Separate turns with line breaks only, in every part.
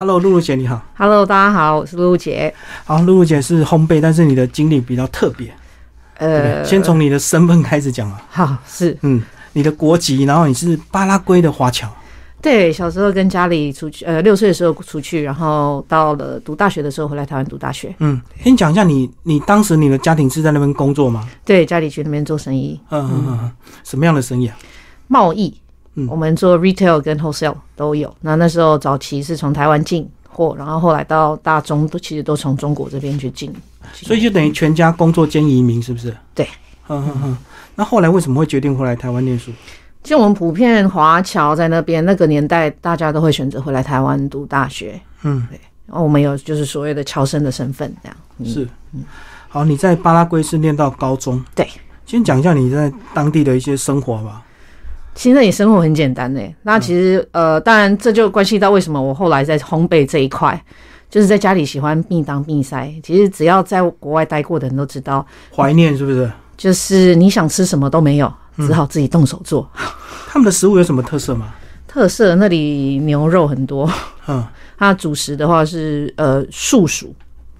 Hello，露露姐你好。
Hello，大家好，我是露露姐。
好，露露姐是烘焙，但是你的经历比较特别。
呃，
先从你的身份开始讲啊。
好是
嗯，你的国籍，然后你是巴拉圭的华侨。
对，小时候跟家里出去，呃，六岁的时候出去，然后到了读大学的时候回来台湾读大学。
嗯，先讲一下你，你当时你的家庭是在那边工作吗？
对，家里去那边做生意，
嗯嗯嗯，嗯什么样的生意啊？
贸易，
嗯
我们做 retail 跟 wholesale 都有。那那时候早期是从台湾进货，然后后来到大中都其实都从中国这边去进。
所以就等于全家工作兼移民，是不是？
对。
嗯嗯嗯。那后来为什么会决定回来台湾念书？
就我们普遍华侨在那边那个年代，大家都会选择回来台湾读大学。
嗯，
然后我们有就是所谓的侨生的身份这样。
是。好，你在巴拉圭是念到高中。
嗯对。
先讲一下你在当地的一些生活吧。
其实那里生活很简单呢、
嗯
那其实呃，当然这就关系到为什么我后来在烘焙这一块，就是在家里喜欢密当密塞。其实只要在国外待过的人都知道，
怀念是不是？
就是你想吃什么都没有，
嗯
只好自己动手做。
他们的食物有什么特色吗？
特色那里牛肉很多，
嗯。
它主食的话是呃素薯，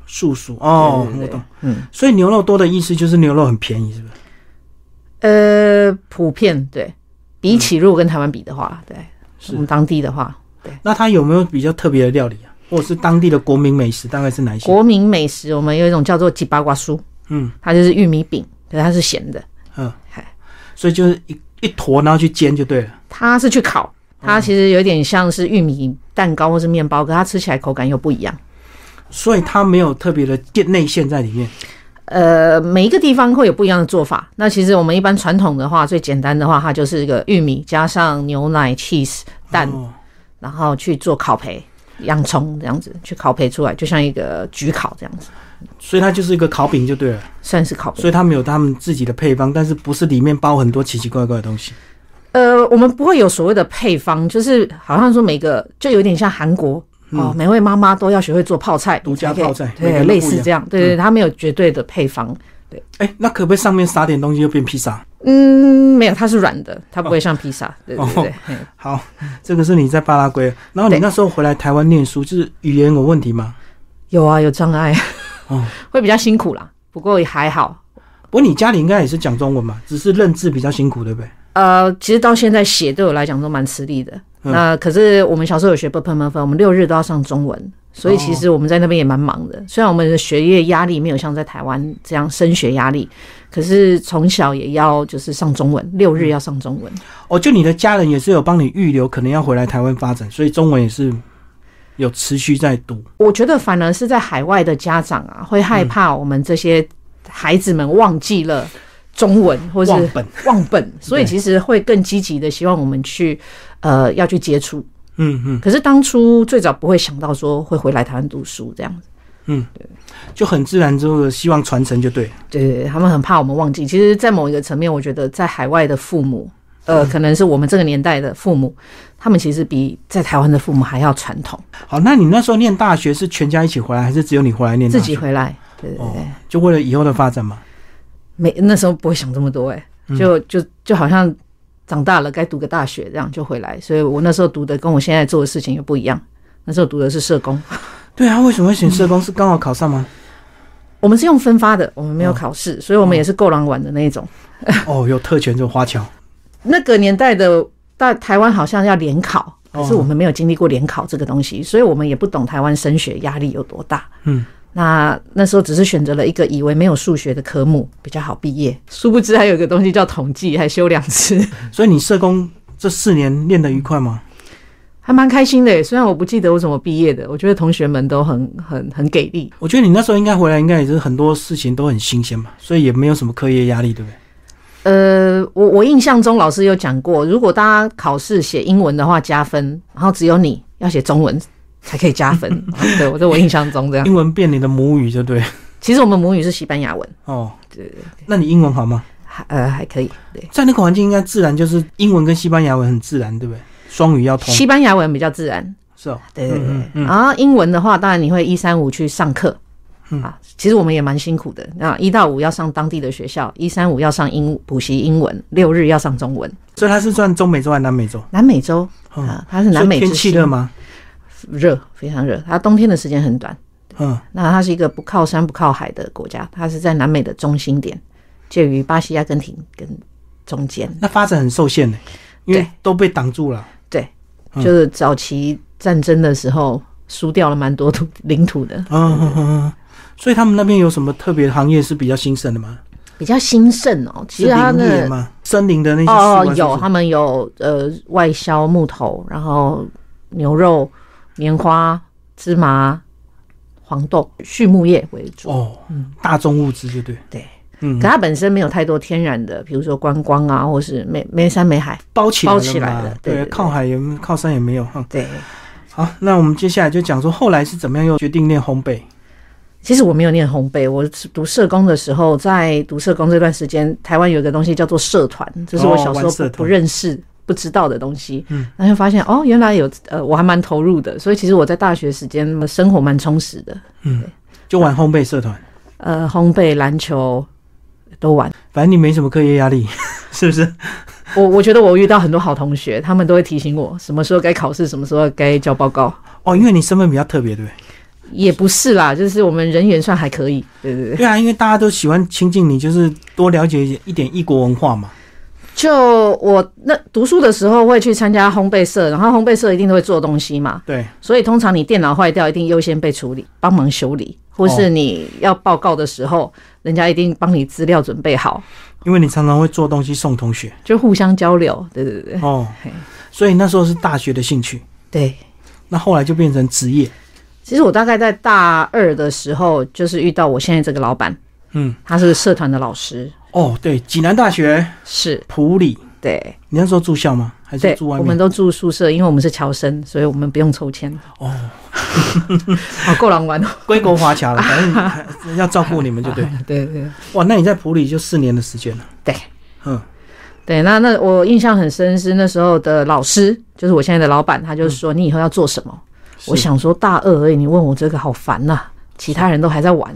素薯哦，
对对对
我懂。
嗯，
所以牛肉多的意思就是牛肉很便宜，是不是？
呃普遍对，比起如果跟台湾比的话，对，
嗯是
我们当地的话，
那它有没有比较特别的料理啊？或者是当地的国民美食大概是哪一些？
国民美食我们有一种叫做吉巴瓜酥，
嗯
它就是玉米饼，可是它是咸的。
嗯
嗨，
所以就是一一坨，然后去煎就对了。
它是去烤，
哦
它其实有点像是玉米蛋糕或是面包，可它吃起来口感又不一样。
所以它没有特别的店内馅在里面。
呃，每一个地方会有不一样的做法。那其实我们一般传统的话，最简单的话，它就是一个玉米加上牛奶、cheese、蛋，
哦
然后去做烤培，洋葱这样子去烤培出来，就像一个焗烤这样子，
所以它就是一个烤饼就对了。
算是烤培。
所以他们有他们自己的配方，但是不是里面包很多奇奇怪怪的东西。
呃，我们不会有所谓的配方，就是好像说每个就有点像韩国、哦，每位妈妈都要学会做泡菜，
嗯独家
才可以
泡菜每个
对，
人都
类
不一
似
样
这样，对对，它没有绝对的配方。
哎、那可不可以上面撒点东西就变披萨？
嗯，没有，它是软的，它不会像披萨。对对
哦
对，嘿
好，这个是你在巴拉圭，然后你
对
那时候回来台湾念书，就是语言有问题吗？
有啊，有障碍，
哦
会比较辛苦啦。不过也还好。
不过你家里应该也是讲中文嘛，只是认字比较辛苦，对不对？
呃，其实到现在写对我来讲都蛮吃力的。
嗯
那可是我们小时候有学 b p m f，我们六日都要上中文，所以其实我们在那边也蛮忙
哦
的。虽然我们的学业压力没有像在台湾这样升学压力，可是从小也要就是上中文，六日要上中文。
哦，就你的家人也是有帮你预留，可能要回来台湾发展，所以中文也是有持续在读。
我觉得反而是在海外的家长啊，会害怕我们这些孩子们忘记了中文，或是
忘本
忘本，所以其实会更积极的希望我们去呃要去接触。
嗯嗯，
可是当初最早不会想到说会回来台湾读书这样子，
就很自然之后的希望传承就对了。
对对对，他们很怕我们忘记。其实，在某一个层面，我觉得在海外的父母，呃，可能是我们这个年代的父母，他们其实比在台湾的父母还要传统，
好，那你那时候念大学是全家一起回来，还是只有你回来念大
自
学？
己回来，对对对。
嗯哦，就为了以后的发展嘛。
没那时候不会想这么多、欸，就就就好像长大了该读个大学这样就回来，所以我那时候读的跟我现在做的事情又不一样。那时候读的是社工，
对啊，为什么会选社工？是刚好考上吗？
我们是用分发的，我们没有考试，所以我们也是够狼玩的那一种。
哦，有特权这种花侨。
那个年代的大台湾好像要联考，
哦
可是我们没有经历过联考这个东西，所以我们也不懂台湾升学压力有多大。
嗯，
那那时候只是选择了一个以为没有数学的科目比较好毕业，殊不知还有一个东西叫统计，还修两次。
所以你社工这四年念得愉快吗？
还蛮开心的耶，虽然我不记得我怎么毕业的，我觉得同学们都很很很给力。
我觉得你那时候应该回来，应该也是很多事情都很新鲜吧，所以也没有什么课业压力，对不对？
呃，我我印象中老师有讲过，如果大家考试写英文的话加分，然后只有你要写中文才可以加 分。哦对，我在我印象中这样。
英文变你的母语，就 对了。
其实我们母语是西班牙文，
哦，
对对
那你英文好吗？
还呃还可以。对，
在那个环境应该自然就是英文跟西班牙文很自然，对不对？双语要通，
西班牙文比较自然。
是哦。
对对对。
嗯嗯嗯
然后英文的话，当然你会一三五去上课。
嗯
啊，其实我们也蛮辛苦的。那一到五要上当地的学校，一三五要上英补习英文，六日要上中文。
所以它是算中美洲还是南美洲？
南美洲
嗯
啊，它是南美
所以
之
天气
星
热吗？
热，非常热。它冬天的时间很短。
嗯，
那它是一个不靠山不靠海的国家，它是在南美的中心点，介于巴西、阿根廷跟中间。
那发展很受限呢、因为
对
都被挡住了。
对，
嗯
就是早期战争的时候输掉了蛮多土领土的，
嗯嗯嗯嗯，所以他们那边有什么特别行业是比较兴盛的吗？
比较兴盛哦。其
是
实它
林
那
业吗？森林的那些
哦
树啊
有，
是不
他们有呃外销木头，然后牛肉、棉花、芝麻、黄豆、畜牧业为
是
主。
哦，大众物资就对。
嗯对，
嗯
可，它本身没有太多天然的，比如说观光啊，或是没没山没海。
包起来
包起来
了嘛
了，对对对
靠海也没靠山也没有。哼，
对，
好，那我们接下来就讲说后来是怎么样又决定练烘焙。
其实我没有念烘焙，我是读社工的时候，在读社工这段时间，台湾有一个东西叫做社团，这是我小时
哦玩
候
社
不,、
团
不认识、不知道的东西。
嗯，
然后就发现哦，原来有呃，我还蛮投入的，所以其实我在大学时间呃生活蛮充实的，
嗯，就玩烘焙社团，
呃，烘焙、篮球都玩。
反正你没什么课业压力， 是不是？
我我觉得我遇到很多好同学，他们都会提醒我什么时候该考试，什么时候该交报告。
哦，因为你身份比较特别，对不对？
也不是啦，就是我们人缘算还可以，对对对。
对啊，因为大家都喜欢亲近你，就是多了解一点异国文化嘛。
就我那读书的时候会去参加烘焙社，然后烘焙社一定都会做东西嘛，
对，
所以通常你电脑坏掉，一定优先被处理，帮忙修理，或是你要报告的时候，人家一定帮你资料准备
哦
好，
因为你常常会做东西送同学
就互相交流。对对对
哦
嘿，
所以那时候是大学的兴趣，
对。
那后来就变成职业。
其实我大概在大二的时候，就是遇到我现在这个老板，
嗯，
他是社团的老师，
哦，对，济南大学
是
普里，
对
你那时候住校吗？还是
对，
住外
我
面
们？都住宿舍，因为我们是侨生，所以我们不用抽签。
哦，
好够狼玩哦。
归国华 侨了，反正还要照顾你们就 对。
对对
哇，那你在普里就四年的时间了。
对，
嗯，
对，那那我印象很深是那时候的老师，就是我现在的老板，他就说你以后要做什么？
嗯是
我想说大二而已，你问我这个好烦呐、其他人都还在玩。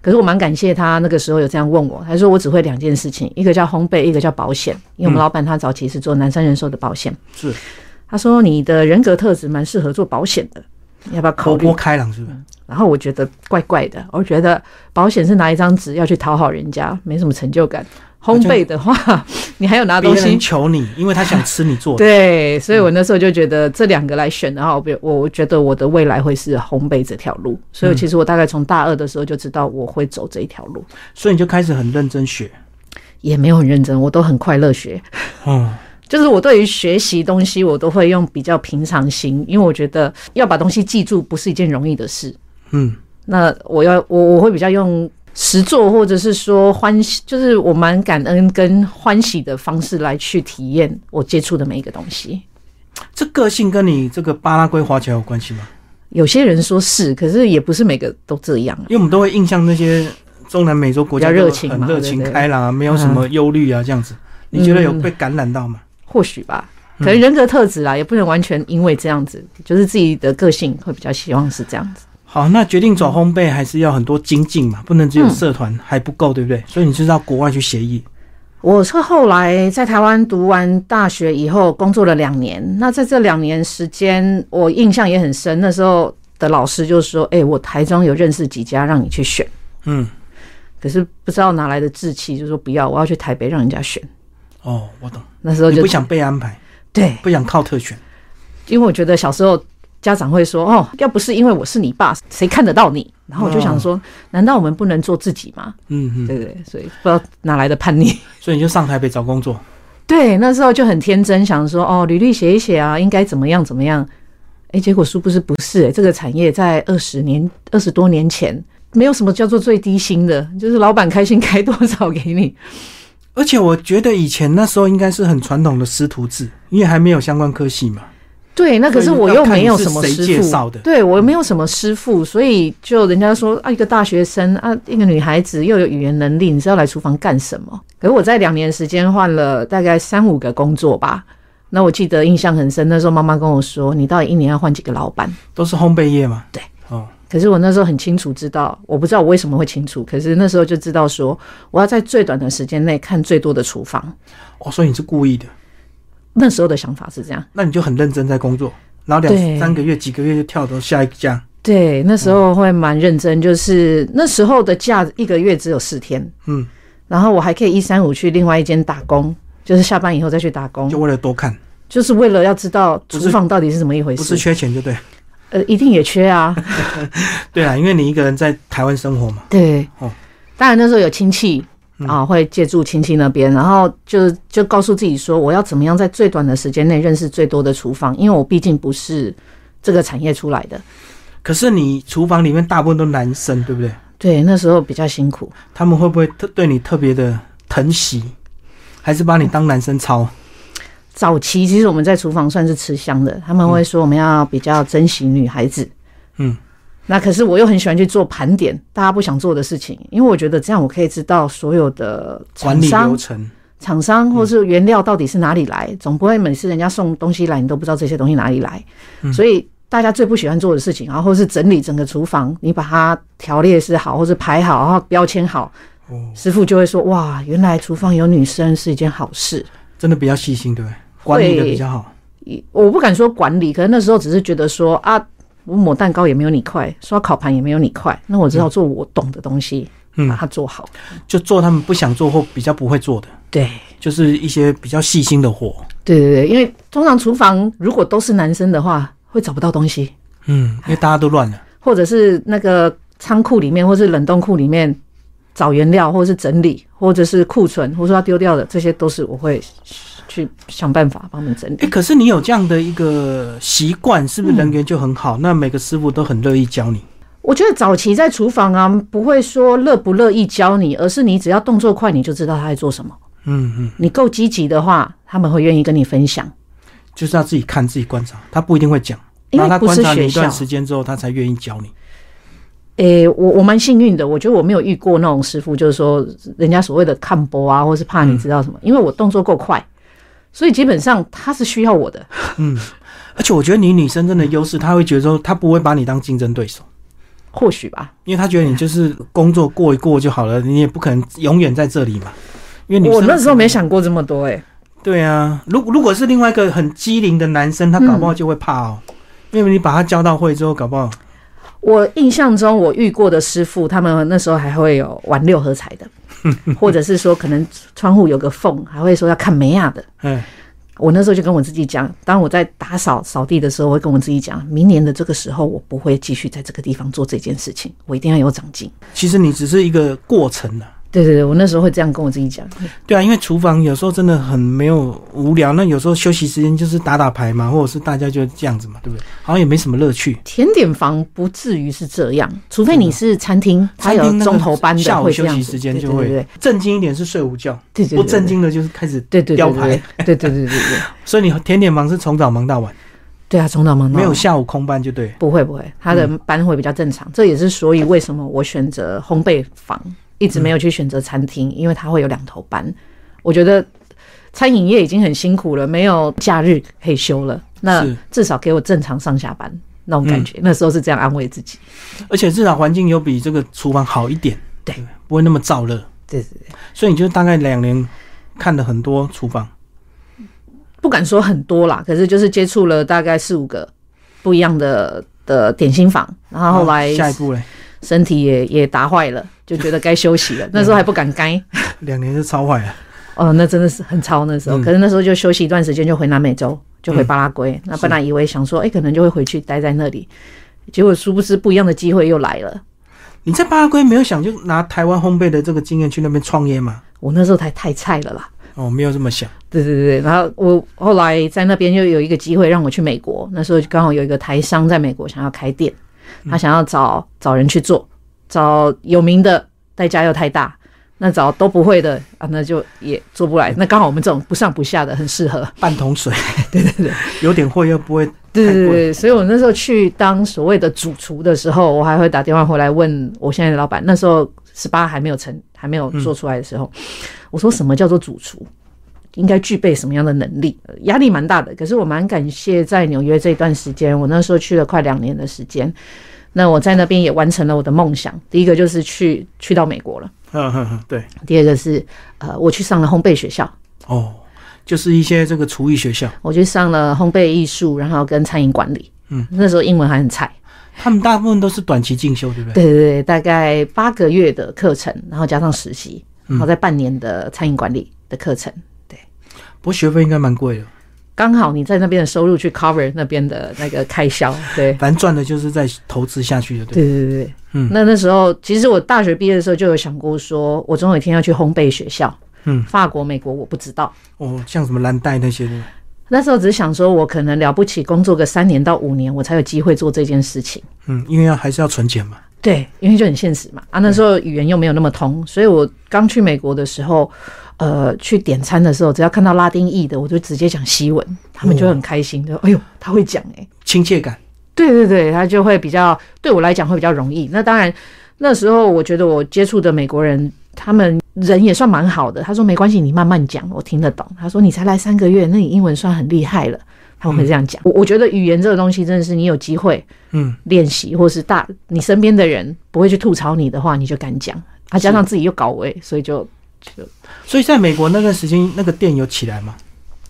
可是我蛮感谢他那个时候有这样问我，他说我只会两件事情，一个叫烘焙，一个叫保险。因
嗯
为我们老板他早期是做南山人寿的保险，
是
他说你的人格特质蛮适合做保险的，你要不要考
活
虑
泼？开朗是不是？
然后我觉得怪怪的，我觉得保险是拿一张纸要去讨好人家，没什么成就感。烘焙的话， 你还有拿
别
东西
人求你，因为他想吃你做的。
对，所以我那时候就觉得这两个来选的话，我比我我觉得我的未来会是烘焙这条路，所以其实我大概从大二的时候就知道我会走这一条路，
所以你就开始很认真学。
也没有很认真，我都很快乐学，
嗯，
就是我对于学习东西，我都会用比较平常心，因为我觉得要把东西记住不是一件容易的事。
嗯，
那我要我我会比较用实做，或者是说欢喜，就是我蛮感恩跟欢喜的方式来去体验我接触的每一个东西。
这个性跟你这个巴拉圭华侨有关系吗？
有些人说是，可是也不是每个都这样啊。
因为我们都会印象那些中南美洲国家
比较热
都
情
很
嘛
热情
对嗯不对
开朗啊，没有什么忧虑啊这样子。你觉得有被感染到吗？
或许吧，
嗯
可能人格特质啦，也不能完全因为这样子，就是自己的个性会比较希望是这样子。
好，那决定走烘焙还是要很多精进嘛，不能只有社
嗯
团还不够，对不对？所以你就是到国外去协议。
我是后来在台湾读完大学以后，工作了两年。那在这两年时间，我印象也很深。那时候的老师就说：“哎、我台中有认识几家，让你去选。
嗯，”
可是不知道哪来的志气，就说不要，我要去台北让人家选。
哦，我懂，
那时候
你
就
不想被安排，
对，
不想靠特权。
因为我觉得小时候家长会说：“哦，要不是因为我是你爸，谁看得到你？”然后我就想说：“难道我们不能做自己吗？”
嗯嗯，
对对，所以不知道哪来的叛逆。
所以你就上台北找工作。
对，那时候就很天真，想说哦，履历写一写啊，应该怎么样怎么样。哎，结果殊不知不是、诶这个产业在二十年、二十多年前，没有什么叫做最低薪的，就是老板开心开多少给你。
而且我觉得以前那时候应该是很传统的师徒制，因为还没有相关科系嘛。
对，那可是我又没有什么
所以要看你是
师
谁介绍
傅
的，
对我又没有什么师傅，所以就人家说啊，一个大学生啊，一个女孩子又有语言能力，你知道来厨房干什么？可是我在两年时间换了大概三五个工作吧。那我记得印象很深，那时候妈妈跟我说，你到底一年要换几个老板？
都是烘焙业嘛。
对，
哦，
可是我那时候很清楚知道，我不知道我为什么会清楚，可是那时候就知道说，我要在最短的时间内看最多的厨房。
哦，所以你是故意的，
那时候的想法是这样，
那你就很认真在工作。然后
对
两三个月、几个月就跳到下一家。
对，那时候会蛮认真，就是那时候的假一个月只有四天，
嗯，
然后我还可以一三五去另外一间打工，就是下班以后再去打工
就，为了多看，
就是为了要知道
不
厨
是
房到底是怎么一回
不是
事。
缺钱就对。
呃，一定也缺啊，
对啦，因为你一个人在台湾生活嘛，
对
哦，嗯
当然那时候有亲戚啊，会借助亲戚那边，然后就就告诉自己说，我要怎么样在最短的时间内认识最多的厨房，因为我毕竟不是这个产业出来的。
可是你厨房里面大部分都男生，对不对？
对，那时候比较辛苦。
他们会不会特对你特别的疼惜，还是把你当男生操？
早期其实我们在厨房算是吃香的，他们会说我们要比较珍惜女孩子。
嗯，
那可是我又很喜欢去做盘点大家不想做的事情，因为我觉得这样我可以知道所有的
管理
厂
流
商、
程，
厂商或是原料到底是哪里来，总不会每次人家送东西来你都不知道这些东西哪里来。
嗯
所以大家最不喜欢做的事情，然后或是整理整个厨房，你把它条列式好，或是排好，然后标签好，
哦，
师傅就会说哇，原来厨房有女生是一件好事。
真的比较细心，对不对？管理的比较好，
我不敢说管理，可能那时候只是觉得说啊，我抹蛋糕也没有你快，刷烤盘也没有你快，那我只好做我懂的东西，
嗯
把它做好。
就做他们不想做或比较不会做的，
对，
就是一些比较细心的活。
对对对，因为通常厨房如果都是男生的话，会找不到东西，
嗯，因为大家都乱了，
或者是那个仓库里面，或是冷冻库里面找原料，或是整理，或者是库存，或者说要丢掉的，这些都是我会去想办法帮他们整理
哎、。可是你有这样的一个习惯，是不是人缘就很好？那每个师傅都很乐意教你。
我觉得早期在厨房啊，不会说乐不乐意教你，而是你只要动作快，你就知道他在做什么。
嗯嗯，
你够积极的话，他们会愿意跟你分享，
就是要自己看、自己观察，他不一定会讲，
因
然后他
为不
观
是
察你
学
一
校
段。时间之后，他才愿意教你。
诶、我我蛮幸运的，我觉得我没有遇过那种师傅，就是说人家所谓的看播啊，或是怕你知道什
嗯
么，因为我动作够快，所以基本上他是需要我的。
而且我觉得你女生真的优势，她会觉得说她不会把你当竞争对手，
或许吧，
因为她觉得你就是工作过一过就好了，你也不可能永远在这里嘛。因为女生
我那时候没想过这么多、诶，
对啊，如如果是另外一个很机灵的男生，他搞不好就会怕哦，因为你把他教到会之后，搞不好
我印象中我遇过的师傅，他们那时候还会有玩六合彩的， 或者是说可能窗户有个缝，还会说要看梅亚的。
嗯，
我那时候就跟我自己讲，当我在打扫扫地的时候，我会跟我自己讲，明年的这个时候我不会继续在这个地方做这件事情，我一定要有长进。
其实你只是一个过程啊。
对对对，我那时候会这样跟我自己讲。
对啊，因为厨房有时候真的很没有无聊，那有时候休息时间就是打打牌嘛，或者是大家就这样子嘛，对不对？好像也没什么乐趣。
甜点房不至于是这样，除非你是餐厅，它
餐
有
厅那个
中头班
下
的
午
会这
休
样
息
子
时间就会
对对
正经一点是睡午觉，
对对对，
不正经的就是开始
对对对
雕
对
牌。
对对对对对对，
所以你甜点忙是从早忙到晚，
对啊，从早忙到
没有
晚
下午空班就对。
不会不会，他的班会比较正常。这也是所以为什么我选择烘焙坊，一直没有去选择餐厅，因为它会有两头班。我觉得餐饮业已经很辛苦了，没有假日可以休了，那
是
至少给我正常上下班那种感觉。那时候是这样安慰自己。
而且至少环境有比这个厨房好一点，
对
不，不会那么燥热。
对对对，
所以你就大概两年看了很多厨房，
不敢说很多啦，可是就是接触了大概四五个不一样的的点心房，然后后来
哦下一步嘞，
身体也也打坏了，就觉得该休息了。那时候还不敢该。
两年就超坏了。
哦，那真的是很超那时候，
嗯
可是那时候就休息一段时间，就回南美洲，就回巴拉圭。那本来以为想说，哎、可能就会回去待在那里，结果殊不知不一样的机会又来了。
你在巴拉圭没有想就拿台湾烘焙的这个经验去那边创业吗？
我那时候才太菜了啦，
哦，没有这么想。
对对对。然后我后来在那边又有一个机会让我去美国，那时候刚好有一个台商在美国想要开店，他想要找找人去做，找有名的，代价又太大。那找都不会的啊，那就也做不来。那刚好我们这种不上不下的很适合。
半桶水， 对对对，有点会又不会，
对对
太贵
对，所以我那时候去当所谓的主厨的时候，我还会打电话回来问我现在的老板，那时候十八还没有成，还没有
嗯
做出来的时候，我说什么叫做主厨，应该具备什么样的能力，呃压力蛮大的。可是我蛮感谢在纽约这段时间，我那时候去了快两年的时间，那我在那边也完成了我的梦想。第一个就是去去到美国了，
嗯哼哼，对，
第二个是呃，我去上了烘焙学校。
哦，就是一些这个厨艺学校，
我去上了烘焙艺术，然后跟餐饮管理。
嗯，
那时候英文还很菜。
他们大部分都是短期进修，对不对？
对对对，大概八个月的课程，然后加上实习，
嗯
然后再半年的餐饮管理的课程，
不过学费应该蛮贵的，
刚好你在那边的收入去 cover 那边的那个 开销。对。
反正赚的就是在投资下去的，对。
对对对，
嗯
嗯，那那时候其实我大学毕业的时候就有想过说，我总有一天要去烘焙学校，
嗯，
法国、美国我不知道，
哦，像什么蓝带那些的，
那时候只是想说，我可能了不起工作个三年到五年，我才有机会做这件事情。
嗯，因为要还是要存钱嘛。
对，因为就很现实嘛。啊，那时候语言又没有那么通，所以我刚去美国的时候，呃，去点餐的时候，只要看到拉丁裔的，我就直接讲西文，他们就很开心，就哎呦，他会讲哎、
亲切感，
对对对，他就会比较对我来讲会比较容易。那当然，那时候我觉得我接触的美国人，他们人也算蛮好的。他说没关系，你慢慢讲，我听得懂。他说你才来三个月，那你英文算很厉害了。他们会这样嗯讲。我我觉得语言这个东西真的是，你有机会
嗯，
练习，或是大你身边的人不会去吐槽你的话，你就敢讲。啊，加上自己又搞味，所以就
所以在美国那段时间，那个店有起来嘛？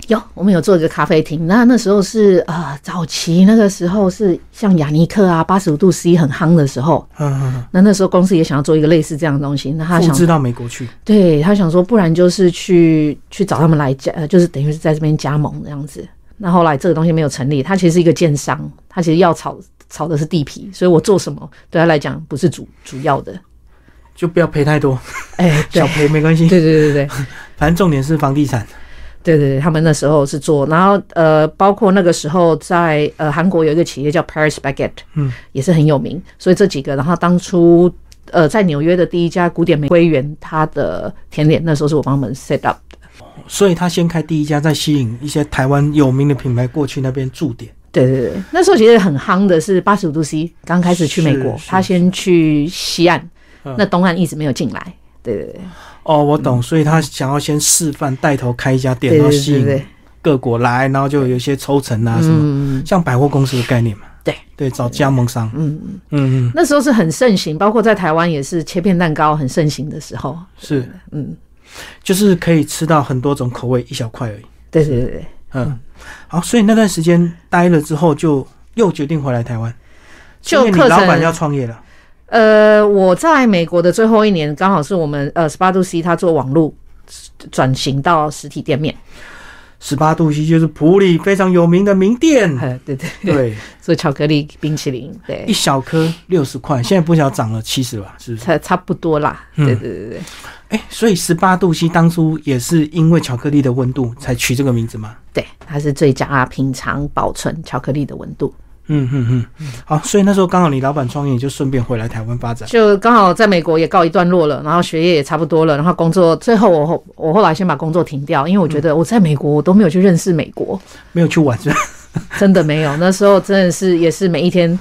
有，我们有做一个咖啡厅，那那时候是呃早期那个时候是像雅尼克啊八十五度 C 很夯的时候，
嗯，
那那时候公司也想要做一个类似这样的东西，那他
嗯，复
想，
制到美国去，
对他想说，不然就是去去找他们来加，呃，就是等于是在这边加盟这样子。那后来这个东西没有成立，他其实是一个建商，他其实要炒炒的是地皮，所以我做什么对他来讲不是主主要的。
就不要赔太多，
哎、对
小赔没关系，
对对对对
反正重点是房地产。
对对对，他们那时候是做，然后呃，包括那个时候在呃韩国有一个企业叫 Paris Baguette，
嗯，
也是很有名，所以这几个，然后当初呃在纽约的第一家古典玫瑰园，它的甜点那时候是我帮他们 set up 的，
所以他先开第一家，再吸引一些台湾有名的品牌过去那边驻点。
对对对，那时候其实很夯的是八十五度 C，刚开始去美国
是，是
他先去西岸
嗯，
那东岸一直没有进来，对对对
哦，我懂，所以他想要先示范带头开一家店，
对
然后
对
吸
对
引
对，
各国来，然后就有一些抽成啊什么，
嗯
像百货公司的概念嘛。
对
对，找加盟商。
嗯嗯，
嗯嗯，
那时候是很盛行，包括在台湾也是切片蛋糕很盛行的时候，
是，
嗯，
就是可以吃到很多种口味，一小块而已。
对对对对。
嗯，好，所以那段时间待了之后，就又决定回来台湾。
就
因为你
课
老
程
板要创业了，
呃，我在美国的最后一年，刚好是我们呃 s p a d u C 他做网络转型到实体店面，
十八度 C 就是普里非常有名的名店，
呃， 对对，
对，
做巧克力冰淇淋，
一
对，
小颗六十块，现在不晓得涨了七十吧，是不是？
差差不多啦，
嗯
对对对对，
哎、所以十八度 C 当初也是因为巧克力的温度才取这个名字吗？
对，它是最佳品尝保存巧克力的温度，
嗯嗯嗯，好，所以那时候刚好你老板创业，你就顺便回来台湾发展。
就刚好在美国也告一段落了，然后学业也差不多了，然后工作最后我后我后来先把工作停掉，因为我觉得
嗯
我在美国我都没有去认识美国，
没有去玩，是吧
真的没有，那时候真的是也是每一天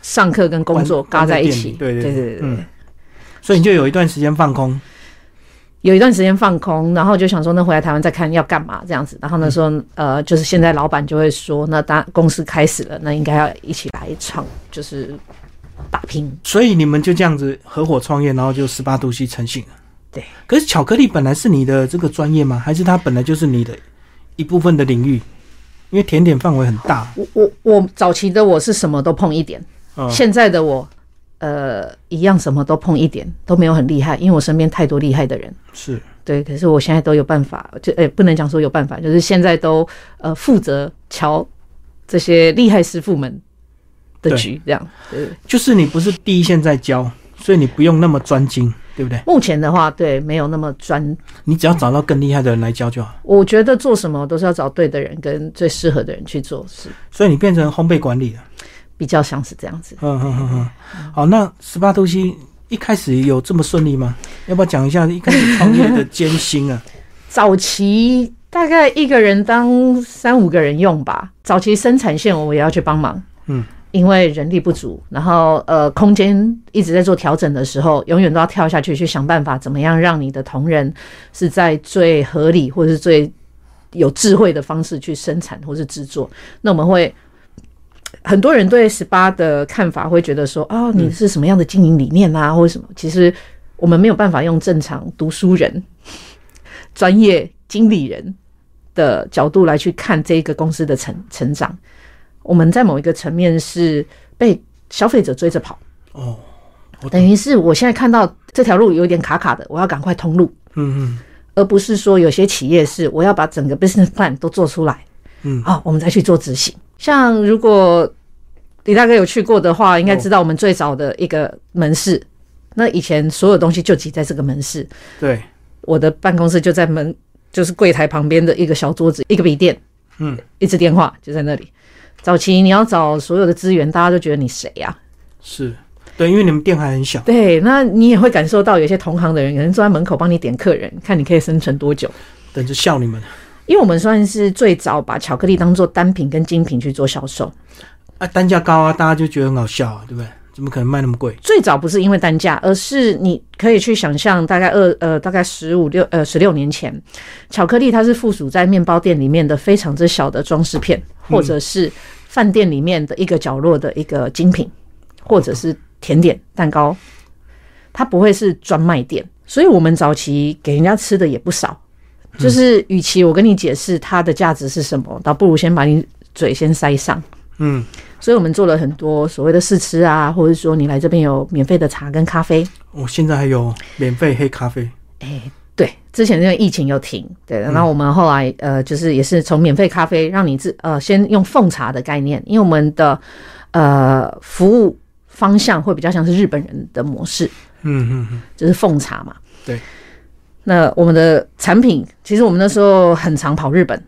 上课跟工作
关关
嘎在一
店里
起，
对对
对对对。
嗯所以你就有一段时间放空。
有一段时间放空，然后就想说，那回来台湾再看要干嘛这样子。然后那时候，呃，就是现在老板就会说，那当公司开始了，那应该要一起来创，就是打拼。
所以你们就这样子合伙创业，然后就十八度 C 成型了。
对。
可是巧克力本来是你的这个专业吗？还是它本来就是你的一部分的领域？因为甜点范围很大。
我我我早期的我是什么都碰一点，
嗯。
现在的我，呃，一样什么都碰一点，都没有很厉害，因为我身边太多厉害的人。
是。
对，可是我现在都有办法，就呃、不能讲说有办法，就是现在都呃负责瞧这些厉害师傅们的
对
局，这样。对。
就是你不是第一线在教，所以你不用那么专精，对不对？
目前的话，对，没有那么专。
你只要找到更厉害的人来教就好。
我觉得做什么都是要找对的人跟最适合的人去做，是
所以你变成烘焙管理了。
比较像是这样子。
嗯嗯嗯嗯。好，那十八度 C 一开始有这么顺利吗？要不要讲一下一开始创业的艰辛啊？
早期大概一个人当三五个人用吧。早期生产线我也要去帮忙，
嗯，
因为人力不足，然后呃空间一直在做调整的时候，永远都要跳下去去想办法，怎么样让你的同仁是在最合理或是最有智慧的方式去生产或是制作。那我们会。很多人对十八的看法会觉得说，哦，你是什么样的经营理念啊，或者什么？其实我们没有办法用正常读书人专业经理人的角度来去看这个公司的成成长，我们在某一个层面是被消费者追着跑，
哦，我
等于是我现在看到这条路有点卡卡的，我要赶快通路，
嗯
而不是说有些企业是我要把整个 business plan 都做出来，
嗯
好、我们再去做执行。像如果李大哥有去过的话，应该知道我们最早的一个门市，那以前所有东西就挤在这个门市，
嗯，对，
我的办公室就在门，就是柜台旁边的一个小桌子，一个笔电，
嗯，
一支电话就在那里。早期你要找所有的资源，大家都觉得你谁呀、
是，对，因为你们店还很小，
对，那你也会感受到有些同行的人可能坐在门口帮你点客人，看你可以生存多久。
等着笑你们
因为我们算是最早把巧克力当做单品跟精品去做销售，
啊，单价高啊，大家就觉得很好笑啊，对不对？怎么可能卖那么贵？
最早不是因为单价，而是你可以去想象，大概二呃，大概十五六呃十六年前，巧克力它是附属在面包店里面的非常之小的装饰片，或者是饭店里面的一个角落的一个精品，或者是甜点蛋糕，它不会是专卖店。所以我们早期给人家吃的也不少，就是与其我跟你解释它的价值是什么，倒不如先把你嘴先塞上。
嗯，
所以我们做了很多所谓的试吃啊，或者说你来这边有免费的茶跟咖啡。
我、哦现在还有免费黑咖啡，
对，之前因为疫情有停，对，然后我们后来呃，就是也是从免费咖啡让你自呃先用奉茶的概念，因为我们的呃服务方向会比较像是日本人的模式，
嗯嗯嗯，
就是奉茶嘛。
对。
那我们的产品，其实我们那时候很常跑日本，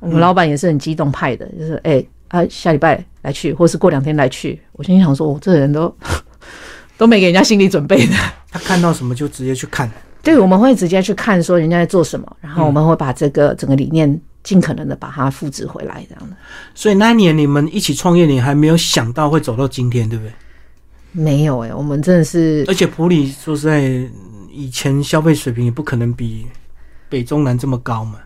我们老板也是很激动派的，就是哎、啊，下礼拜来去，或是过两天来去。我心里想说，我、哦这人都 都没给人家心理准备的。
他看到什么就直接去看，
对，我们会直接去看说人家在做什么，然后我们会把这个整个理念尽可能的把它复制回来，这样的。
所以那一年你们一起创业，你还没有想到会走到今天，对不对？
没有哎、我们真的是
而且普里说实在，嗯以前消费水平也不可能比北中南这么高嘛。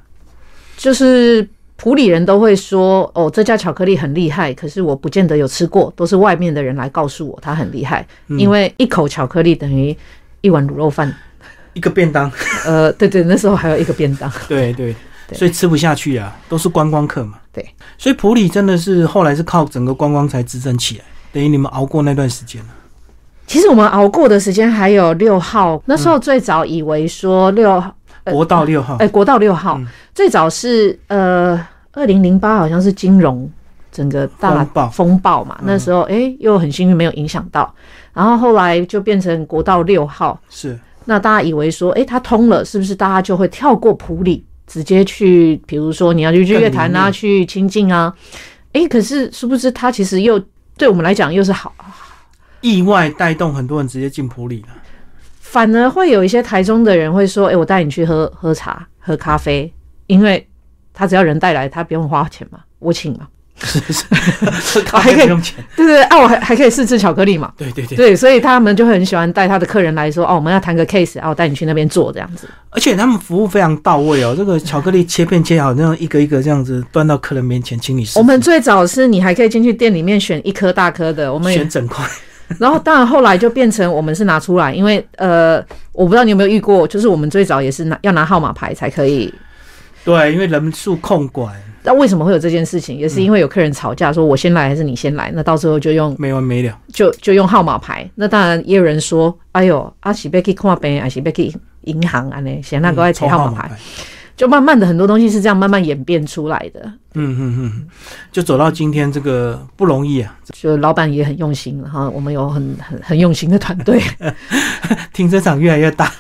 就是普里人都会说，哦，这家巧克力很厉害，可是我不见得有吃过，都是外面的人来告诉我它很厉害，
嗯
因为一口巧克力等于一碗卤肉饭。
一个便当，
呃，对对，那时候还有一个便当。
对对，
对
所以吃不下去啊，都是观光客嘛。
对，
所以普里真的是后来是靠整个观光才支撑起来，等于你们熬过那段时间了。
其实我们熬过的时间还有六号，那时候最早以为说六号，呃
国道六号，
哎、国道六
哦
号、
嗯
最早是呃，二零零八好像是金融整个大
风暴嗯
风暴嘛，那时候哎、又很幸运没有影响到，然后后来就变成国道六号，
是
那大家以为说哎、它通了，是不是大家就会跳过普里，直接去，比如说你要去日月潭
更里
啊，
面
去清境啊，哎、可是殊不知它其实又对我们来讲又是好
意外带动很多人直接进普 里了。
反而会有一些台中的人会说：“哎、我带你去喝喝茶、喝咖啡，因为他只要人带来，他不用花钱嘛，我请嘛，
是是，喝咖啡不用钱。
对对对，啊，我还还可以试吃巧克力嘛，
对对对，
对，所以他们就会很喜欢带他的客人来说：哦，我们要谈个 case 啊，我带你去那边做这样子。
而且他们服务非常到位哦。这个巧克力切片切好，那样一个一个这样子端到客人面前，请你试吃。
我们最早是你还可以进去店里面选一颗大颗的，我们也
选整块，
然后当然后来就变成我们是拿出来，因为呃，我不知道你有没有遇过，就是我们最早也是拿要拿号码牌才可以
对，因为人数控管
那为什么会有这件事情？也是因为有客人吵架，说我先来还是你先来？那到最后就用
没完没了。
就就用号码牌。那当然也有人说，哎呦，阿喜贝去看病，阿喜贝去银行啊，呢，嫌那个爱
抽
贴号码牌，，就慢慢的很多东西是这样慢慢演变出来的。
嗯嗯嗯，就走到今天这个不容易啊。
就老板也很用心，然后我们有很很很用心的团队。
停车场越来越大，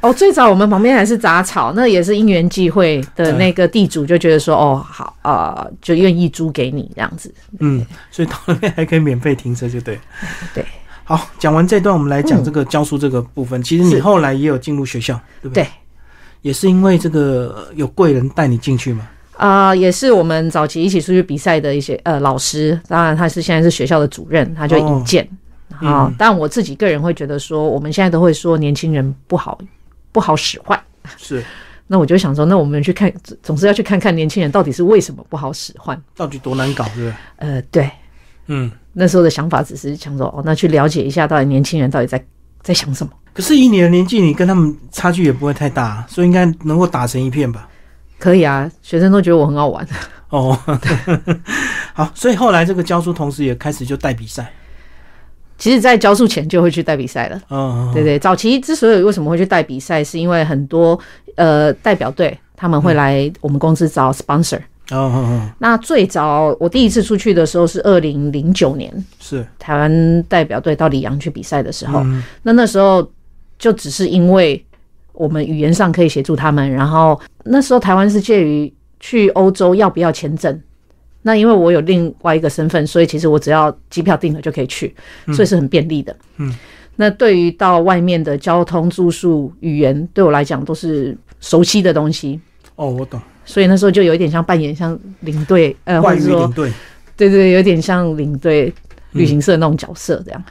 哦，最早我们旁边还是杂草，那也是因缘际会的那个地主就觉得说，哦，好啊、呃就愿意租给你这样子。
嗯，所以到那边还可以免费停车，就对。
对。
好，讲完这段，我们来讲
嗯
这个教书这个部分。其实你
是
后来也有进入学校，对不对？
对
也是因为这个呃有贵人带你进去嘛。
啊、也是我们早期一起出去比赛的一些呃老师，当然他是现在是学校的主任，他就引荐。
嗯
啊、但我自己个人会觉得说，我们现在都会说年轻人不好不好使坏，
是，
那我就想说，那我们去看，总总是要去看看年轻人到底是为什么不好使唤。
到底多难搞，对不对？
呃，对，
嗯。
那时候的想法只是想说，哦，那去了解一下到底年轻人到底在在想什么。
可是以你的年纪，你跟他们差距也不会太大，所以应该能够打成一片吧？
可以啊，学生都觉得我很好玩。
哦， 好，所以后来这个教书同时也开始就带比赛，
其实，在教书前就会去带比赛了。
嗯，
对对，早期之所以为什么会去带比赛，是因为很多呃代表队他们会来我们公司找 sponsor。
嗯，哦哦，
那最早我第一次出去的时候是二零零九年，
是，
台湾代表队到里昂去比赛的时候，
嗯
那那时候就只是因为我们语言上可以协助他们，然后那时候台湾是介于去欧洲要不要签证。那因为我有另外一个身份，所以其实我只要机票订了就可以去，所以是很便利的。
嗯，
那对于到外面的交通、住宿、语言，对我来讲都是熟悉的东西，
哦，我懂，
所以那时候就有一点像扮演像领队，呃，或
外
者
语
说
领队，
对对，对有点像领队、旅行社那种角色这样。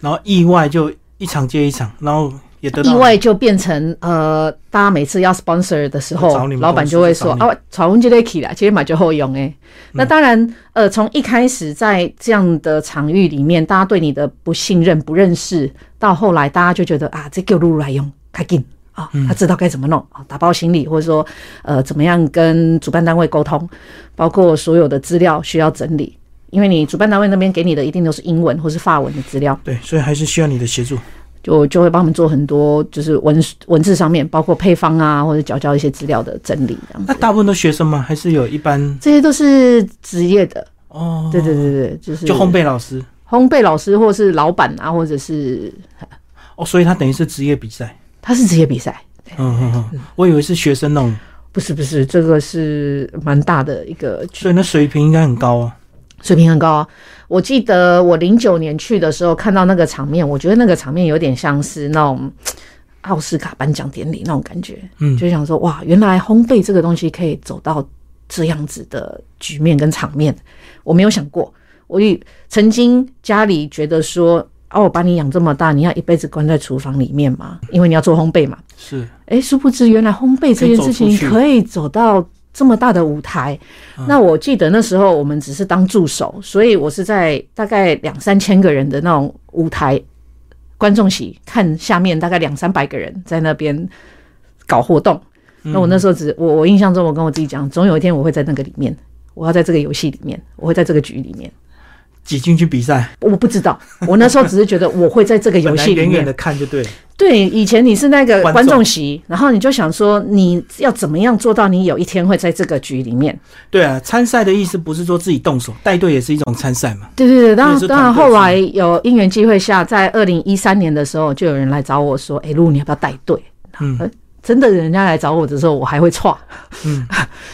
然后意外就一场接一场，然后也得到
意外就变成呃，大家每次要 sponsor 的时
找
候
你们公，司嗯
老板就会说
就找你
啊，草文这类起来，其实买就后用哎。那当然，呃，从一开始在这样的场域里面，大家对你的不信任、不认识，到后来大家就觉得啊，这叫露露来用，开劲啊，
嗯
他知道该怎么弄啊，打包行李，或者说呃，怎么样跟主办单位沟通，包括所有的资料需要整理，因为你主办单位那边给你的一定都是英文或是法文的资料。
对，所以还是需要你的协助。
就就会帮他们做很多就是文文字上面，包括配方啊，或者缴交一些资料的整理这样。
那大部分都学生吗？还是有一般？
这些都是职业的，
哦，
对对对对，就是
就烘焙老师
烘焙老师或是老板啊，或者是
哦，所以他等于是职业比赛。
他是职业比赛，
嗯嗯嗯，我以为是学生那种，
不是不是，这个是蛮大的一个
所以那水平应该很高啊。
水平很高啊。我记得我零九年去的时候看到那个场面，我觉得那个场面有点像是那种嘖奥斯卡颁奖典礼那种感觉，
嗯
就想说哇，原来烘焙这个东西可以走到这样子的局面跟场面，我没有想过。我也曾经家里觉得说，哦，我把你养这么大，你要一辈子关在厨房里面嘛，因为你要做烘焙嘛。
是，
哎，殊不知原来烘焙这件事情可以走到这么大的舞台。那我记得那时候我们只是当助手，所以我是在大概两三千个人的那种舞台观众席看下面大概两三百个人在那边搞活动。那我那时候只我我印象中，我跟我自己讲，总有一天我会在那个里面，我要在这个游戏里面，我会在这个局里面。
挤进去比赛，
我不知道，我那时候只是觉得我会在这个游
本来
戏里
远
面
远。的看就对了。
对，以前你是那
观
个
众
观众席，然后你就想说，你要怎么样做到你有一天会在这个局里面？
对啊，参赛的意思不是说自己动手，带队也是一种参赛嘛。
对对对，当
也是团
然当然，
队
后来有因缘机会下，在二零一三年的时候，就有人来找我说：“哎、露，你要不要带队？”
嗯
呃真的，人家来找我的时候，我还会错，
嗯，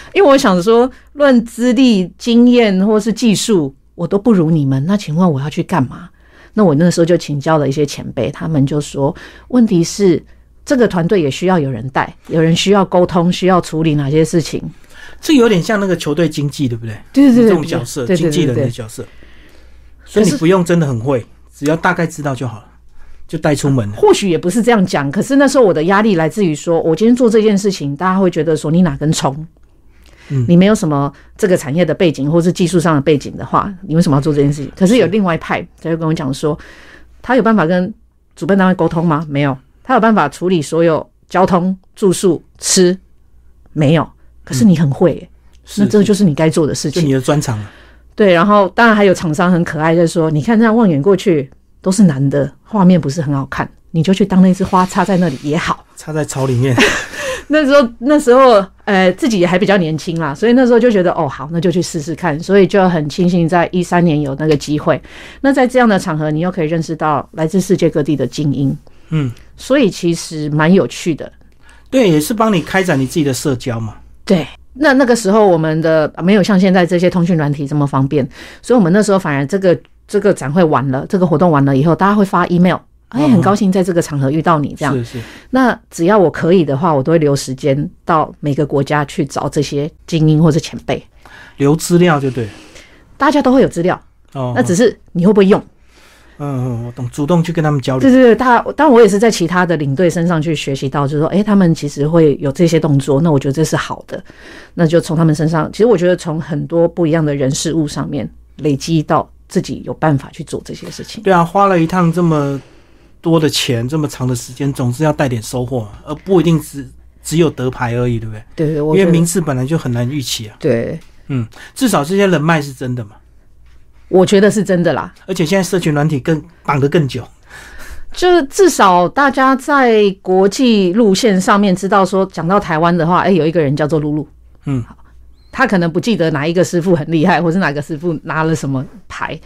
因为我想说，论资历、经验或是技术，我都不如你们。那请问我要去干嘛？那我那时候就请教了一些前辈，他们就说，问题是这个团队也需要有人带，有人需要沟通，需要处理哪些事情。
这有点像那个球队经济，对不对？
对对对，
这
对
种角色，
对
经
对对
纪人
对
的角色。所以你不用真的很会，只要大概知道就好了，就带出门了。
或许也不是这样讲，可是那时候我的压力来自于说，我今天做这件事情，大家会觉得说你哪根葱，
嗯
你没有什么这个产业的背景或是技术上的背景的话，你为什么要做这件事情？可是有另外一派，他就跟我讲说，他有办法跟主办单位沟通吗？没有，他有办法处理所有交通、住宿、吃，没有。可是你很会耶、那
嗯是，
这就是你该做的事
就
情
你。的专长了。
对，然后当然还有厂商很可爱，就是说，你看这样望远过去都是男的，画面不是很好看，你就去当那只花插在那里也好。
插在草里 面，
那时候那时候呃自己也还比较年轻啦，所以那时候就觉得哦好，那就去试试看，所以就很庆幸在一三年有那个机会。那在这样的场合，你又可以认识到来自世界各地的精英，
嗯，
所以其实蛮有趣的。
对，也是帮你开展你自己的社交嘛。
对，那那个时候我们的没有像现在这些通讯软体这么方便，所以我们那时候反而这个这个展会完了，这个活动完了以后，大家会发 email。哎，很高兴在这个场合遇到你。这样，
是是，
那只要我可以的话，我都会留时间到每个国家去找这些精英或者前辈。
留资料就对了。
大家都会有资料，
哦，
那只是你会不会用。
嗯嗯，我懂，主动去跟他们交流
对。对对，他当然我也是在其他的领队身上去学习到，就是说，哎，他们其实会有这些动作，那我觉得这是好的，那就从他们身上，其实我觉得从很多不一样的人事物上面累积到自己有办法去做这些事情。
对啊，花了一趟这么多的钱，这么长的时间，总是要带点收获嘛，而不一定只只有得牌而已，对不对？
对对，我
因
觉
为
得
名次本来就很难预期啊。
对，
嗯，至少这些人脉是真的嘛，
我觉得是真的啦。
而且现在社群软体更绑得更久。
就是至少大家在国际路线上面知道说，讲到台湾的话，哎、有一个人叫做露露，
嗯
好，他可能不记得哪一个师傅很厉害，或是哪个师傅拿了什么牌，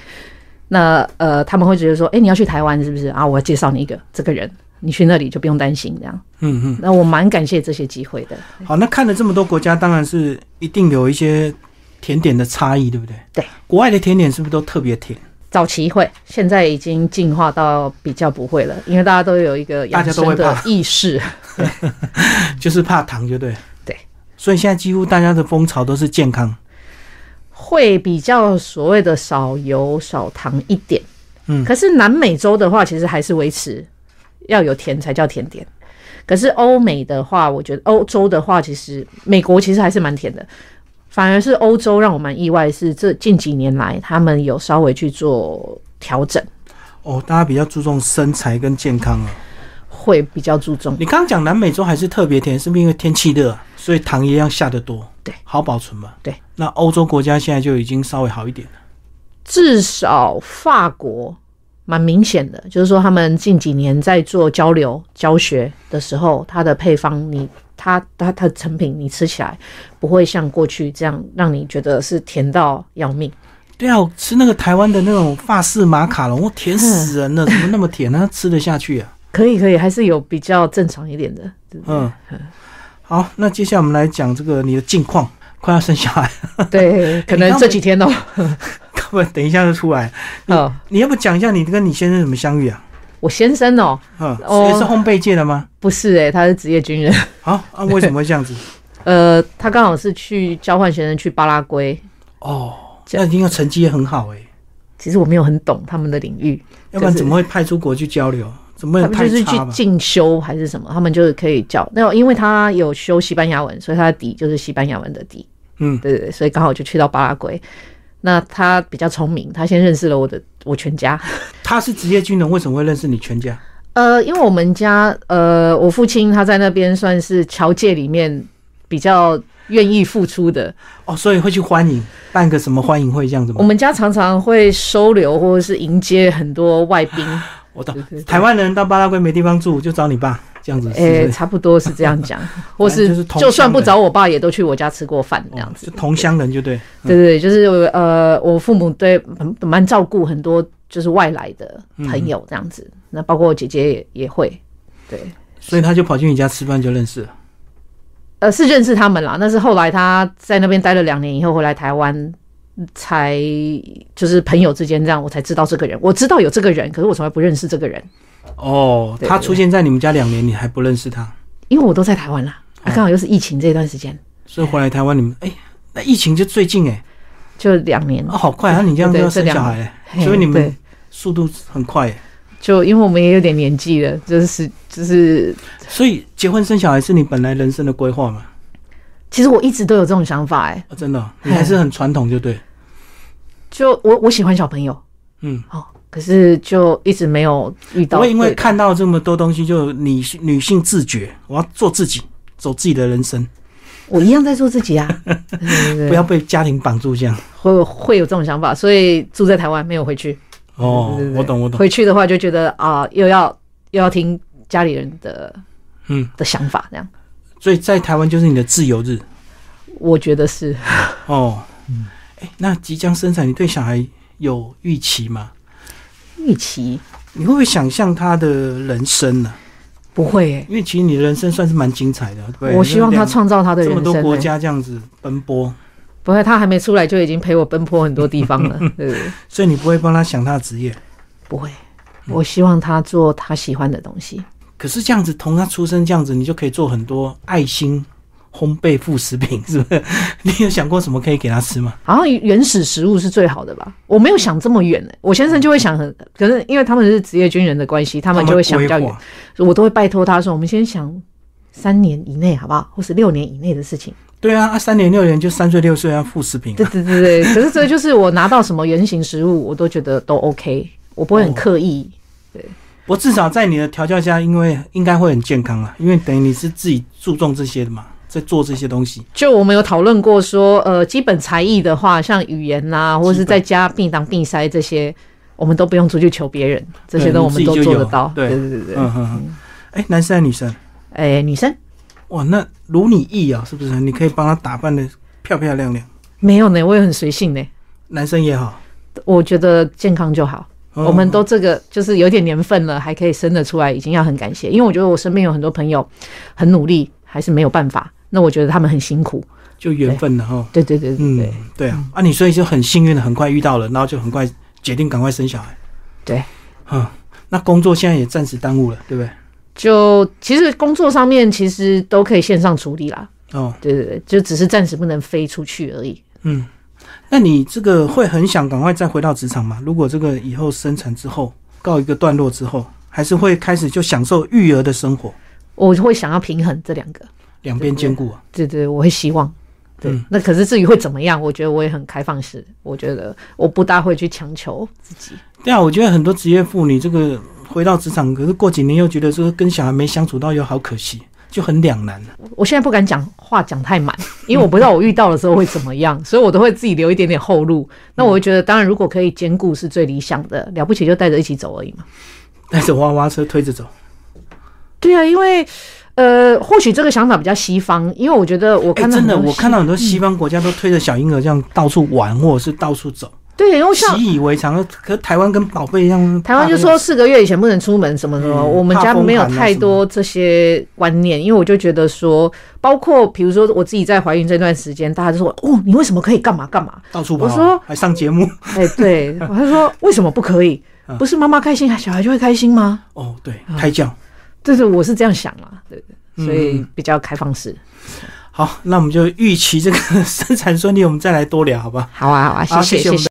那呃，他们会觉得说，哎、你要去台湾是不是啊？我要介绍你一个这个人，你去那里就不用担心这样。
嗯嗯。
那我蛮感谢这些机会的，
好，那看了这么多国家，当然是一定有一些甜点的差异，对不对？
对，
国外的甜点是不是都特别甜？
早期会，现在已经进化到比较不会了，因为大家都有一个
大
养
家都
生
会
的
怕
意识。
就是怕糖，就对。
嗯对，
所以现在几乎大家的风潮都是健康。
会比较所谓的少油少糖一点。
嗯
可是南美洲的话，其实还是维持要有甜才叫甜点。可是欧美的话，我觉得欧洲的话，其实美国其实还是蛮甜的，反而是欧洲让我蛮意外，是这近几年来他们有稍微去做调整，
哦，大家比较注重身材跟健康哦。
会比较注重。
你刚刚讲南美洲还是特别甜，是不是因为天气热，啊所以糖一样下得多？
对，
好保存嘛。
对，
那欧洲国家现在就已经稍微好一点了。
至少法国蛮明显的，就是说他们近几年在做交流教学的时候，它的配方你它它它的成品你吃起来不会像过去这样让你觉得是甜到要命。
对啊，我吃那个台湾的那种法式马卡龙，我甜死 人了，怎么那么甜呢、吃得下去啊？
可以可以，还是有比较正常一点的。
嗯，好，那接下来我们来讲这个你的近况，快要生小孩，
对，可能这几天哦。
根本等一下就出来。
哦，
你要不讲一下你跟你先生怎么相遇啊？
我先生哦，
嗯，
哦
也是烘焙界的吗？
不是诶、他是职业军人。
好啊，为什么会这样 子？
呃，他刚好是去交换学生去巴拉圭。
哦，这样一定要成绩也很好哎、
其实我没有很懂他们的领域，
要不然怎么会派出国去交流？怎么
他
会
们就
太
是去
差吧？
进修还是什么，他们就是可以教。那因为他有修西班牙文，所以他的底就是西班牙文的底。
嗯
对对对，所以刚好就去到巴拉圭。那他比较聪明，他先认识了我的我全家。
他是职业军人，为什么会认识你全家？
呃，因为我们家呃，我父亲他在那边算是侨界里面比较愿意付出的。
哦，所以会去欢迎，办个什么欢迎会这样子
我
吗？
们家常常会收留或者是迎接很多外宾，
我懂
对对对，
台湾人到巴拉圭没地方住，就找你爸这样子， 是不
诶、
是？
差不多是这 样讲，或
反正就是
是
同
就算不
乡人
找我爸，也都去我家吃过饭这样子。
哦就同乡人就对。
对对，对就是呃，我父母对蛮蛮照顾很多就是外来的朋友这样子，那包括我姐姐也也会，对，
所以他就跑去你家吃饭就认识了。
呃，是认识他们啦。但是后来他在那边待了两年以后，回来台湾才就是朋友之间这样，我才知道这个人，我知道有这个人，可是我从来不认识这个人，
哦，
对
他出现在你们家两年，你还不认识他，
因为我都在台湾啦，啊，刚好又是疫情这段时间，
所以回来台湾你们哎、那疫情就最近哎、
就两年
哦，好快啊！你这样就要
对这
生
两
小孩、哎
嘿
所以你们
对
速度很快、哎
就因为我们也有点年纪了，就是就是
所以结婚生小孩是你本来人生的规划嘛？
其实我一直都有这种想法、哎，
哦、真的哦、你还是很传统就对，
就我我喜欢小朋友。
嗯，
哦，可是就一直没有遇
不
到
会
对的。
因为看到这么多东西就女性女性自觉，我要做自己，走自己的人生，
我一样在做自 己啊，对对对
不要被家庭绑住这样。
会会有这种想法，所以住在台湾没有回去。
哦
对对，对
我懂我懂，
回去的话就觉得啊、又要又要听家里人的
嗯，
的想法，这样
所以在台湾就是你的自由日
我觉得是
哦。
嗯
哎，那即将生产，你对小孩有预期吗？
预期
你会不会想象他的人生呢、
不会、欸。
因为其实你的人生算是蛮精彩的，对不对
我希望他
两
创造他的
这
人
么
生、
多国
欸，
家这样子奔波，
不会，他还没出来就已经陪我奔波很多地 方了，对不对？
所以你不会帮他想他的职业。
不会，我希望他做他喜欢的东西。
可是这样子，从他出生这样子，你就可以做很多爱心烘焙副食品，是不是？ 你有想过什么可以给他吃吗？
好像原始食物是最好的吧？我没有想这么远、欸，我先生就会想很，可是因为他们是职业军人的关系，他
他
们就会想比较
规
远
划，。
我都会拜托他说，我们先想三年以内好不好，或是六年以内的事情。
对啊，啊，三年六年就三岁六岁啊，副食品、
对
啊。
对对 对，可是这
哦
就是我拿到什么原型食物，我都觉得都 OK，我不会很刻意。
我至少在你的调教下，因为应该会很健康啊，因为等于你是自己注重这些的嘛，在做这些东西。
就我们有讨论过说，呃，基本才艺的话，像语言啦、或者是在家并挡并塞这些，我们都不用出去求别人，这些
对
都
你
我们
自己
都
就
做得
有
到。
对
对对对对，
嗯哼哼。哎、男生还是女生？
哎、女生
哇，那如你意啊，是不是？你可以帮他打扮的漂漂亮亮，
没有呢，我也很随性呢，
男生也好。
我觉得健康就好。
嗯
我们都这个就是有点年份了，还可以生得出来，已经要很感谢。因为我觉得我身边有很多朋友很努力，还是没有办法。那我觉得他们很辛苦。
就缘分了哈。
对对对对
嗯
对、，
对啊，啊，你所以就很幸运的，很快遇到了，然后就很快决定赶快生小孩。
对，
嗯，那工作现在也暂时耽误了，对不对？
就其实工作上面其实都可以线上处理啦。
哦，
对对对，就只是暂时不能飞出去而已。
嗯，那你这个会很想赶快再回到职场吗？如果这个以后生产之后告一个段落之后，还是会开始就享受育儿的生活，
我会想要平衡这两个，
两边兼顾啊。
对对，我会希望。对，
嗯
那可是至于会怎么样，我觉得我也很开放式，我觉得我不大会去强求自己。
对啊，我觉得很多职业妇女这个回到职场，可是过几年又觉得这个跟小孩没相处到，又好可惜，就很两难。啊
我现在不敢讲话讲太满，因为我不知道我遇到的时候会怎么样，所以我都会自己留一点点后路。那我会觉得，当然如果可以兼顾是最理想的，了不起就带着一起走而已嘛。
带着娃娃车推着走，
对啊，因为呃，或许这个想法比较西方，因为我觉得我
哎、
看到
真
很多嗯
的，我
西
看到很多西方国家都推着小婴儿这样到处玩，或者是到处走，
对，因为像
习以为常。啊可台湾跟宝贝一样，
台湾就说四个月以前不能出门，什么什么，
嗯
我们家没有太多这些观念，因为我就觉得说，包括比如说我自己在怀孕这段时间，大家就说哦，你为什么可以干嘛干嘛？
到处跑，
我说
还上节目。
哎、对，我还说为什么不可以？
嗯
不是妈妈开心，小孩就会开心吗？
哦，对，
嗯
胎教。
对对，我是这样想啦，对对，所以
嗯
比较开放式。
好，那我们就预期这个 生产顺利，我们再来多聊，好吧？
好啊，好啊，
好谢
谢
谢
谢
我们
谢。